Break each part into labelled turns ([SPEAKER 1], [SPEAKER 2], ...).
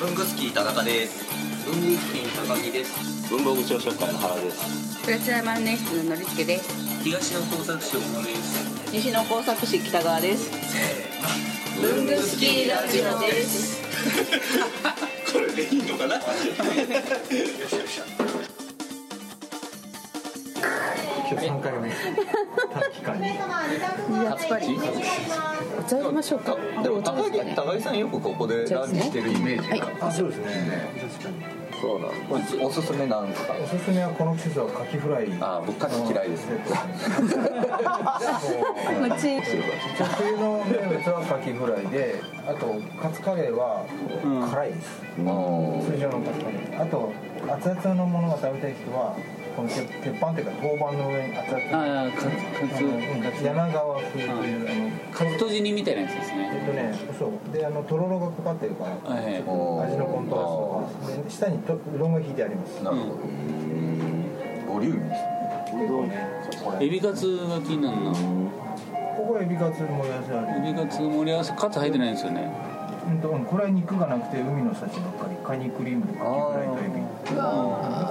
[SPEAKER 1] 文具スキー田中です文具スキー高木です
[SPEAKER 2] 文房具商紹会の原です。
[SPEAKER 3] プラチナ万年筆ののりつけです。
[SPEAKER 1] 東の工作所小野です
[SPEAKER 3] 西の工作士北川です。文具スキーラジオです。
[SPEAKER 2] これでいいのかな。
[SPEAKER 4] 今日3回目短期間に
[SPEAKER 2] でも高木高木さんよくここでランチしてるイメージが。
[SPEAKER 4] あそうですね確かに
[SPEAKER 2] そうなの。おすすめなんですか。
[SPEAKER 4] おすすめはこの季節はカキフライ
[SPEAKER 2] あー、ぶっかけ嫌いですね。
[SPEAKER 4] 冬の名物はカキフライであとカツカレーは辛いです、
[SPEAKER 2] も
[SPEAKER 4] 通常のカツカレーあと熱々のものが食べたい人はこの鉄鉄板っていうか陶板の上に熱々の
[SPEAKER 5] ああ、かつ、か
[SPEAKER 4] あ
[SPEAKER 5] つ、
[SPEAKER 4] のうん
[SPEAKER 5] かつ、
[SPEAKER 4] 柳川風というあの
[SPEAKER 5] かつとじにみたいなやつですね。
[SPEAKER 4] えっとねそうであのとろろがかかってるから
[SPEAKER 5] はい。
[SPEAKER 2] う
[SPEAKER 4] 味のコントラストがで下にとうどんが引いてあります
[SPEAKER 2] なるほど。ボリューミー。
[SPEAKER 4] 結構ねこれ
[SPEAKER 5] エビカツが気になるな。
[SPEAKER 4] ここはエビカツもやせある
[SPEAKER 5] エビカツ盛り合わせ、カツ入ってないんですよね。
[SPEAKER 4] うんとうんこれは肉がなくて海の幸ばっかりカニクリームカキフライとエビ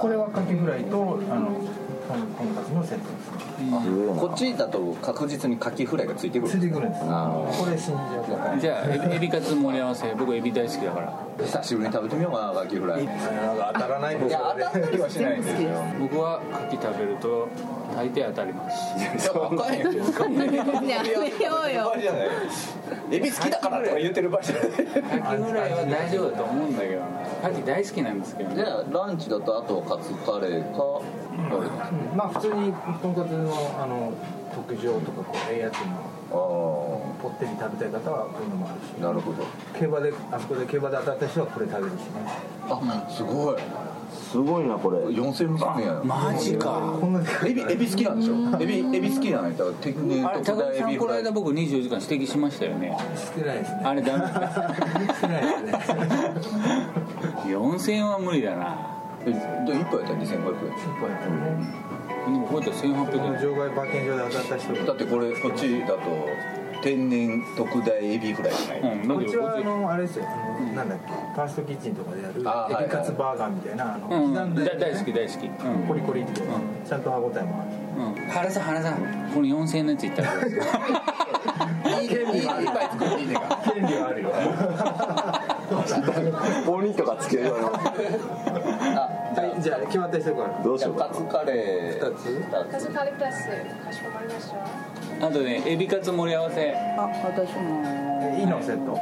[SPEAKER 4] これはカキフライとあのとんとんかつのセットですね
[SPEAKER 2] こっちだと確実にカキフライがついてく
[SPEAKER 4] つい
[SPEAKER 2] る。
[SPEAKER 4] てくるんです
[SPEAKER 2] なるほ
[SPEAKER 4] これ死んじゃうから
[SPEAKER 5] じゃあ、エビエビカツ盛り合わせ、僕エビ大好きだから。
[SPEAKER 2] ど。久しぶりに食べてみようかなカキフライ。い
[SPEAKER 4] 当たらないです
[SPEAKER 2] や当たったりはしないんですよ。
[SPEAKER 5] 僕はカキ食べると、大抵当たります。
[SPEAKER 2] わかんないよ。
[SPEAKER 3] やめようよ。
[SPEAKER 2] じゃない。エビ好きだからとか言ってる場合じゃない。
[SPEAKER 5] カキぐらいは大丈夫だと思うんだけどな。カキ大好きなんですけど
[SPEAKER 2] で
[SPEAKER 5] ね。
[SPEAKER 2] ランチだとあとカツカレーかどれか
[SPEAKER 4] まあ普通にとんかつのあの特上とかこうええやつの
[SPEAKER 2] ああ
[SPEAKER 4] ぽってり食べたい方はこういうのもあるし
[SPEAKER 2] なるほど
[SPEAKER 4] 競馬であそこで競馬で当たった人はこれ食べるしね
[SPEAKER 2] あすごい
[SPEAKER 6] すごいなこれ
[SPEAKER 2] 4600円や
[SPEAKER 5] マジか。
[SPEAKER 4] こんなでか
[SPEAKER 2] エ
[SPEAKER 4] い
[SPEAKER 2] ビエビ好きなんでしょエビエビ好きなんやったら天然
[SPEAKER 5] あれ、
[SPEAKER 2] 特
[SPEAKER 5] 高
[SPEAKER 2] 大
[SPEAKER 5] 木
[SPEAKER 2] エ
[SPEAKER 5] さん、
[SPEAKER 2] ビ
[SPEAKER 5] こ
[SPEAKER 2] フ
[SPEAKER 5] の
[SPEAKER 2] ライ
[SPEAKER 5] 間僕24時間指摘しましたよね。
[SPEAKER 4] してないですね
[SPEAKER 5] あれダメ 4000円は無理だな
[SPEAKER 2] えで1杯やったら2500
[SPEAKER 4] 一本やからね
[SPEAKER 5] でもこうやって
[SPEAKER 4] この
[SPEAKER 5] 1800
[SPEAKER 4] 場外馬券場で当たった人
[SPEAKER 2] 円だってこれこっちだと天然特大エビフライじゃない
[SPEAKER 5] 円うん
[SPEAKER 4] こ
[SPEAKER 5] だ
[SPEAKER 4] っ
[SPEAKER 5] け
[SPEAKER 4] ち
[SPEAKER 5] ど
[SPEAKER 4] はあ
[SPEAKER 5] こ
[SPEAKER 4] のあれですよ、あのなんだっけファーストキッチンとかでやる
[SPEAKER 2] あーはい
[SPEAKER 4] エビカツバーガーみたいなあの、
[SPEAKER 5] っちうん
[SPEAKER 4] 刻んで、
[SPEAKER 5] だ大好き大好きうん
[SPEAKER 4] コリコリって、
[SPEAKER 5] う
[SPEAKER 4] ちゃんと歯応えもある
[SPEAKER 5] うん原さん原さんこの4000円のやついったらどうですか
[SPEAKER 2] いいねいい杯作っていい ねか
[SPEAKER 4] 権利はあるよ
[SPEAKER 6] 鬼とかつけるような
[SPEAKER 2] あじゃ
[SPEAKER 4] はいじゃあ決まった人から
[SPEAKER 6] どうしよ
[SPEAKER 2] あ
[SPEAKER 6] う
[SPEAKER 2] カ
[SPEAKER 6] か
[SPEAKER 2] ツカレー
[SPEAKER 4] 二つ
[SPEAKER 2] 2
[SPEAKER 7] カツカレープラスかしこまりました
[SPEAKER 5] あとねエビカツ盛り合わせ
[SPEAKER 3] あ、私も。
[SPEAKER 4] えいいのセット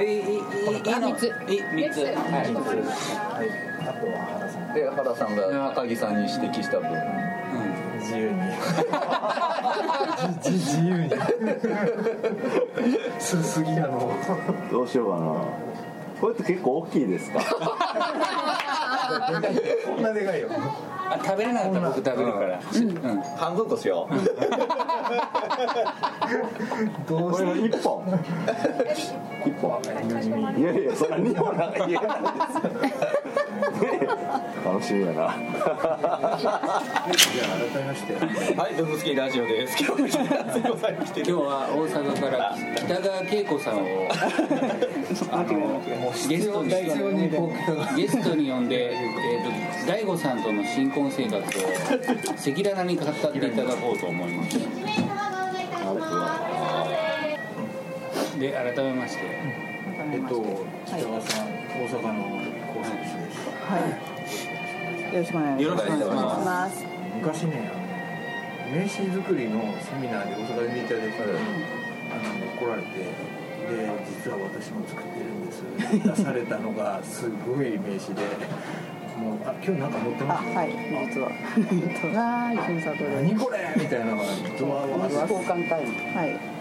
[SPEAKER 5] えいいいいい
[SPEAKER 3] 三つ
[SPEAKER 5] い3つ
[SPEAKER 7] かしこまりまし
[SPEAKER 4] はいあとは原さん
[SPEAKER 2] で原さんが高木さんに指摘した分
[SPEAKER 4] 自由にじじ自由にすすぎなの
[SPEAKER 6] どうしようかなこれって結構大きいですか
[SPEAKER 4] こんなでかいよ
[SPEAKER 5] あ食べれなかったら僕食べるからうん
[SPEAKER 2] 半分こしよう
[SPEAKER 4] どう
[SPEAKER 6] こ
[SPEAKER 4] し
[SPEAKER 6] れ一本一本
[SPEAKER 7] たかしこまり
[SPEAKER 6] い
[SPEAKER 7] まし
[SPEAKER 6] やいやそんな2本なんか言えないですねえ楽しみやな
[SPEAKER 4] じゃあ改めまして
[SPEAKER 2] はい、文具好きラジオです。今日も来てたんでございまして
[SPEAKER 5] 今日は大阪から北川景子さんをあのゲストに
[SPEAKER 4] 必要にこう
[SPEAKER 5] ゲストに呼んで、えー、と大悟さんとの新婚生活を赤裸々に語っていただこうと思いますで改めまして
[SPEAKER 4] えっと、北川さん、大阪の高卒です。
[SPEAKER 3] はい。よろしくお願いし
[SPEAKER 5] よろしくお願いします
[SPEAKER 3] ます。
[SPEAKER 4] 昔ね、あの名刺作りのセミナーで大阪で見た時に、あの来られて、で実は私も作ってるんです。出されたのがすごい名刺で、もうあ今日なんか持って
[SPEAKER 3] あ、
[SPEAKER 4] ます。
[SPEAKER 3] はい、実は。戸川俊里です。
[SPEAKER 4] 何これみたいなのがドアを開け
[SPEAKER 3] 交換会はい。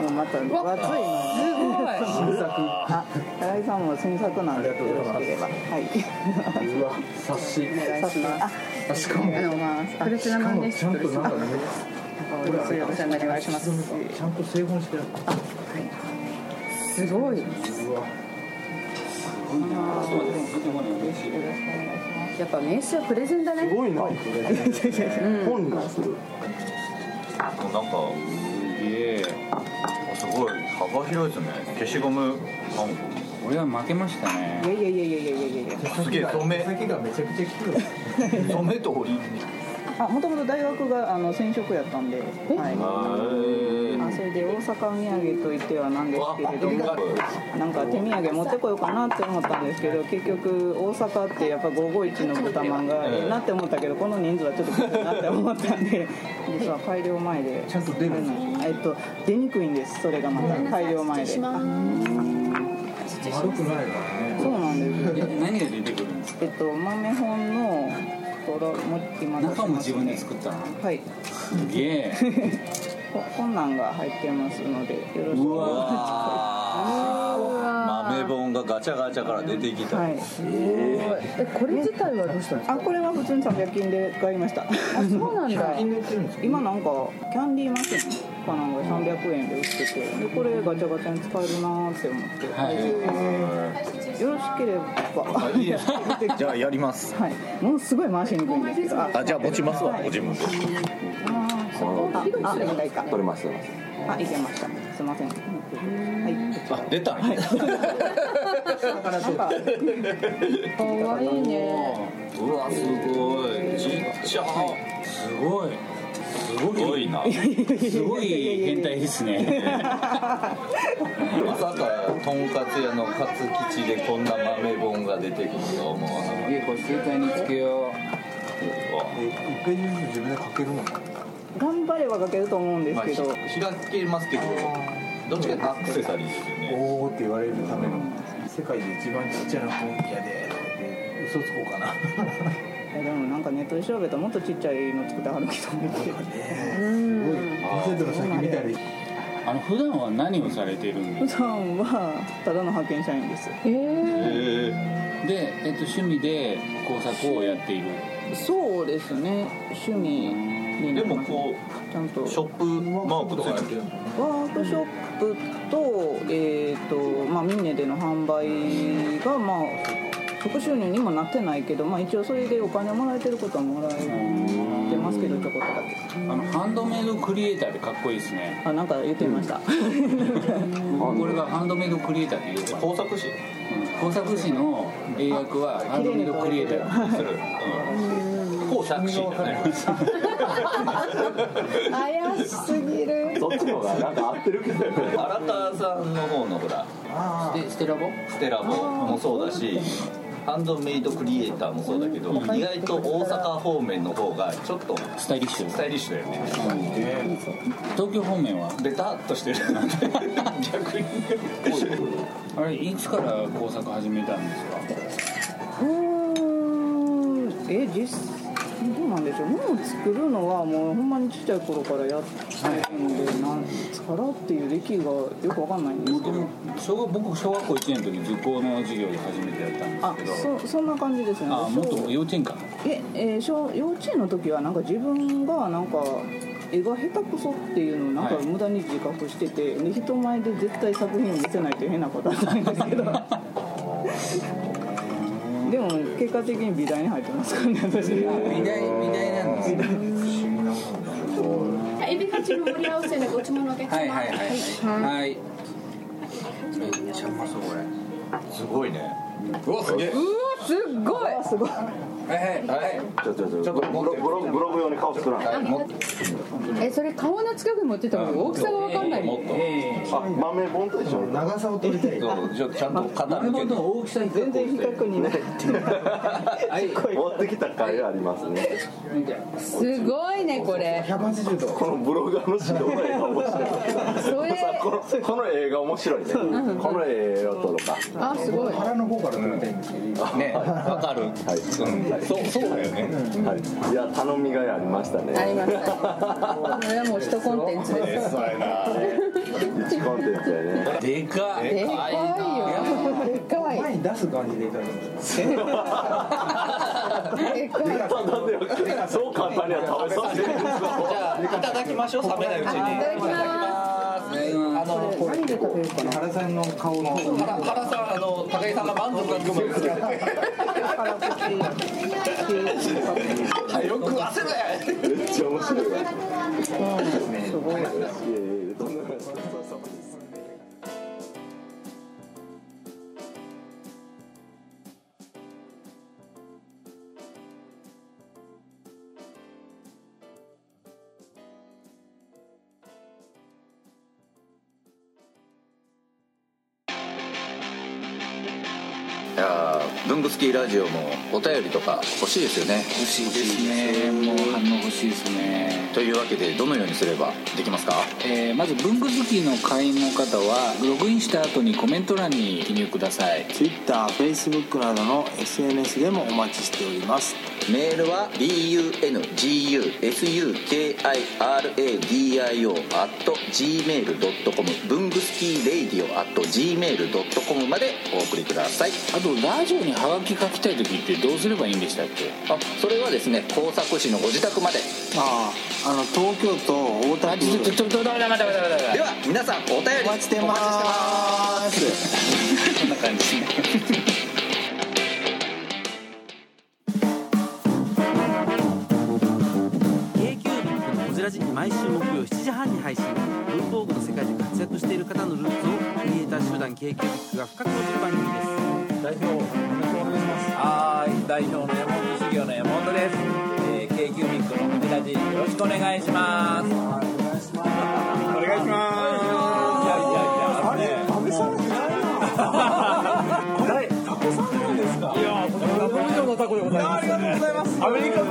[SPEAKER 3] もうまた分厚いの。すごい。新作。あ、高井さんも新作なんでよろしければ。はい。
[SPEAKER 4] てうわ冊子。
[SPEAKER 3] お願いします。
[SPEAKER 4] あしかも。
[SPEAKER 3] あのまあ、プレチ
[SPEAKER 4] し
[SPEAKER 3] ナ
[SPEAKER 4] か
[SPEAKER 3] マン
[SPEAKER 4] も
[SPEAKER 3] で
[SPEAKER 4] ち
[SPEAKER 3] す。
[SPEAKER 4] ゃ
[SPEAKER 3] なんん
[SPEAKER 4] となんかね、
[SPEAKER 3] かそういうお世話になりまします。
[SPEAKER 4] ちゃんと製本してある。
[SPEAKER 3] すごい。よろし
[SPEAKER 4] うわ。
[SPEAKER 5] どこにお願いし
[SPEAKER 3] くお願いします。やっぱ名刺はプレゼンだ
[SPEAKER 6] す
[SPEAKER 3] ね。
[SPEAKER 6] ごいな本になする
[SPEAKER 2] なんか、
[SPEAKER 5] ますすげえ
[SPEAKER 2] すごい幅広いですね。消しゴム、ハンコ、
[SPEAKER 5] 俺は負けましたね
[SPEAKER 3] いやいやいやいやいやいやいや
[SPEAKER 2] すげえ染め
[SPEAKER 4] 酒がめちゃくちゃ効くよ
[SPEAKER 2] 染めと織り
[SPEAKER 3] あもともと大学があの染色やったんで、は
[SPEAKER 2] あ
[SPEAKER 3] い、あそれで大阪土産といってはなんですけれどもなんか手土産持ってこようかなって思ったんですけど結局大阪ってやっぱ551の豚まんがええなって思ったけどこの人数はちょっときついなって思ったん で実は改良前で
[SPEAKER 4] ちゃんと出るんです
[SPEAKER 3] えっと出にくいんですそれがまた改良前でそう
[SPEAKER 4] 悪くないからね
[SPEAKER 3] なんですよ
[SPEAKER 5] え何が出てくるんですか
[SPEAKER 3] えっと豆本のとろも今出しますね
[SPEAKER 5] 中も自分で作ったの
[SPEAKER 3] はい
[SPEAKER 5] すげえ
[SPEAKER 3] ここんなんが入ってますのでよろしく
[SPEAKER 2] うわー豆本がガチャガチャから出てきた、
[SPEAKER 3] はい
[SPEAKER 8] えこれ自体はどうしたんです
[SPEAKER 3] あこれは普通に300均で買いました
[SPEAKER 8] かそうなんだ
[SPEAKER 4] 気に入ってるんですよ
[SPEAKER 3] 今なんかキャンディーマシンかなんか300円で売っててでこれガチャガチャに使えるなーって思って、よろしければ
[SPEAKER 2] いいですかじゃあやります
[SPEAKER 3] はいものすごい回しにくいんですけどあ
[SPEAKER 2] あじゃあ持ちますわ
[SPEAKER 3] はい
[SPEAKER 2] ご自分で
[SPEAKER 3] あああいか
[SPEAKER 6] 取れます取れます
[SPEAKER 3] あいけましたすいませんはい
[SPEAKER 2] あ出たんや
[SPEAKER 3] なんか
[SPEAKER 8] かわいいね
[SPEAKER 2] うわすごいちっちゃ
[SPEAKER 5] すごい
[SPEAKER 2] すごいな
[SPEAKER 5] すごい変態ですね
[SPEAKER 2] まさかとんかつ屋のカツ吉でこんな豆本が出てくるとは思わなかっ
[SPEAKER 5] いやこれ携帯につけよ
[SPEAKER 4] え一ページずつ自分で書けるのか
[SPEAKER 3] 頑張れば書けると思うんで
[SPEAKER 2] た、
[SPEAKER 3] す
[SPEAKER 2] まあ、
[SPEAKER 3] け
[SPEAKER 2] ひ
[SPEAKER 3] ど、
[SPEAKER 2] 開けますけどどっちかってアクセサリーですよね
[SPEAKER 4] おーって言われるための世界で一番ちっちゃな本屋でとかって嘘つこうかな
[SPEAKER 3] えでもなんかネットで調べたらもっとちっちゃいの作ってはるけど見て
[SPEAKER 4] すごいポケットの先見たり
[SPEAKER 5] うあの普段は何をされているんで
[SPEAKER 3] 普
[SPEAKER 5] すか
[SPEAKER 3] 段はただの派遣社員です
[SPEAKER 8] えー
[SPEAKER 5] で、えっと、趣味で工作をやっている
[SPEAKER 3] そうですね趣味になり
[SPEAKER 2] でも
[SPEAKER 3] ます
[SPEAKER 2] こ
[SPEAKER 3] ちゃんと
[SPEAKER 2] うショップマークとかやってるの
[SPEAKER 3] ワークショップと,、えーとまあ、ミンネでの販売が、まあ、副収入にもなってないけど、まあ、一応それでお金もらえてることはもらえてますけどちょこっとだ
[SPEAKER 5] あ
[SPEAKER 3] け
[SPEAKER 5] のハンドメイドクリエイターでかっこいいですね
[SPEAKER 3] あなんか言ってました、
[SPEAKER 5] 僕これがハンドメイドクリエイターっていうか
[SPEAKER 2] 工作師
[SPEAKER 5] 工作師の英訳はハンドメイドクリエイター
[SPEAKER 2] する、うん、工作師だね
[SPEAKER 8] 怪しすぎる
[SPEAKER 6] そっちの方がなんか合ってるけど
[SPEAKER 2] 荒田さんの方のほら
[SPEAKER 5] でステラボ
[SPEAKER 2] ステラボもそうだしハンドメイドクリエイターもそうだけど、意外と大阪方面の方がちょっと
[SPEAKER 5] スタイリッシュ
[SPEAKER 2] スタイリッシュだよね
[SPEAKER 5] 東京方面は
[SPEAKER 2] ベタっとしてる逆に
[SPEAKER 5] あれいつから工作始めたんですか
[SPEAKER 3] うーんえ実どうなんでしょう物を作るのはもうほんまにちっちゃい頃からやってるんでなん力っていう歴がよくわかんないんですけ
[SPEAKER 5] 僕
[SPEAKER 3] ど
[SPEAKER 5] も小学僕小学校1年の時図工の授業で初めてやった
[SPEAKER 3] あ
[SPEAKER 5] んですけど
[SPEAKER 3] そそんな感じですね
[SPEAKER 5] あもっと
[SPEAKER 3] そう
[SPEAKER 5] 幼稚園か
[SPEAKER 3] ええー小幼稚園の時はなんか自分がなんか絵が下手くそっていうのをなんか
[SPEAKER 5] はい
[SPEAKER 3] 無駄に自覚してて、で人前で絶対作品を見せないという変なことだったんですけ どでも結果的に美大に入ってますからね私
[SPEAKER 5] 美大美大なんですね
[SPEAKER 7] エビカチの盛り合わせでご注文のお客様。
[SPEAKER 5] はいはいはいはい、はい、めっちゃうまそうこれ
[SPEAKER 2] すごいね
[SPEAKER 5] うわすげえ
[SPEAKER 8] うわすっごい
[SPEAKER 3] すごい
[SPEAKER 5] はいはいはい
[SPEAKER 6] ちょちょちょブロブロブログ用に顔作らん
[SPEAKER 8] えそれ顔の近くに持ってたのに大きさが分かんない
[SPEAKER 2] もっと
[SPEAKER 5] え
[SPEAKER 6] あ豆本と一緒に
[SPEAKER 4] 長さを取りたい
[SPEAKER 2] そうちょっとちゃんと
[SPEAKER 5] ー、な
[SPEAKER 2] 肩
[SPEAKER 5] る
[SPEAKER 2] 向
[SPEAKER 5] ほ
[SPEAKER 2] け
[SPEAKER 5] ど
[SPEAKER 2] て
[SPEAKER 5] 大きさに
[SPEAKER 3] 全然比較になってないすごい
[SPEAKER 6] 持ってきた甲斐ありますね
[SPEAKER 8] えすごいねこれ
[SPEAKER 4] 180度
[SPEAKER 6] このブロガーの指導の映画面白い
[SPEAKER 8] それ
[SPEAKER 6] さこのこの映画面白いねこの映画を撮ろうか
[SPEAKER 8] あすごい
[SPEAKER 4] 腹の方から取りたいんですけど今
[SPEAKER 2] ねわかる、
[SPEAKER 6] はい、
[SPEAKER 2] そうそうだよね
[SPEAKER 6] はい、いや頼みがいありましたね
[SPEAKER 8] ありましたこれはもう一コンテンツです
[SPEAKER 6] 一コンテンツやね
[SPEAKER 5] でかい
[SPEAKER 8] でかいよでかい
[SPEAKER 4] 前に出す感じでいただき ま
[SPEAKER 8] でかい
[SPEAKER 6] 簡単だよ
[SPEAKER 4] す
[SPEAKER 6] そう簡単には倒れさせる
[SPEAKER 2] じゃあいただきましょう冷めないうちに
[SPEAKER 8] いただきます
[SPEAKER 2] あの
[SPEAKER 8] これ何で食べるかな
[SPEAKER 4] 原さんの顔の
[SPEAKER 2] 原原さんあの高井さんが満足がいくまで使って
[SPEAKER 3] 腹口口
[SPEAKER 2] はいよく汗だよ
[SPEAKER 6] めっちゃ面白いわ
[SPEAKER 3] すごい
[SPEAKER 6] いやいやとんでもないです
[SPEAKER 9] やー文具好きラジオもお便りとか欲しいですよね
[SPEAKER 5] 欲しいですねもう反応欲しいですね
[SPEAKER 9] というわけでどのようにすればできますか
[SPEAKER 5] えーまず文具好きの会員の方はログインした後にコメント欄に記入ください
[SPEAKER 10] TwitterFacebook などの SNS でもお待ちしております
[SPEAKER 9] メールは bungusukiradio.gmail.com 文具スキーレイディオ .gmail.com までお送りください
[SPEAKER 5] あとラジオにハガキ書きたい時ってどうすればいいんでしたっけ
[SPEAKER 9] あそれはですね工作士のご自宅まで
[SPEAKER 10] あああの東京都大田
[SPEAKER 5] あ
[SPEAKER 10] 区
[SPEAKER 5] ちょっとちょっとダメダメダメダメダメ
[SPEAKER 9] では皆さんお便り
[SPEAKER 10] お待ちしてます
[SPEAKER 5] こんな感じですね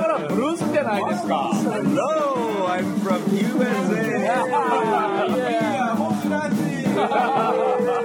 [SPEAKER 4] いやいや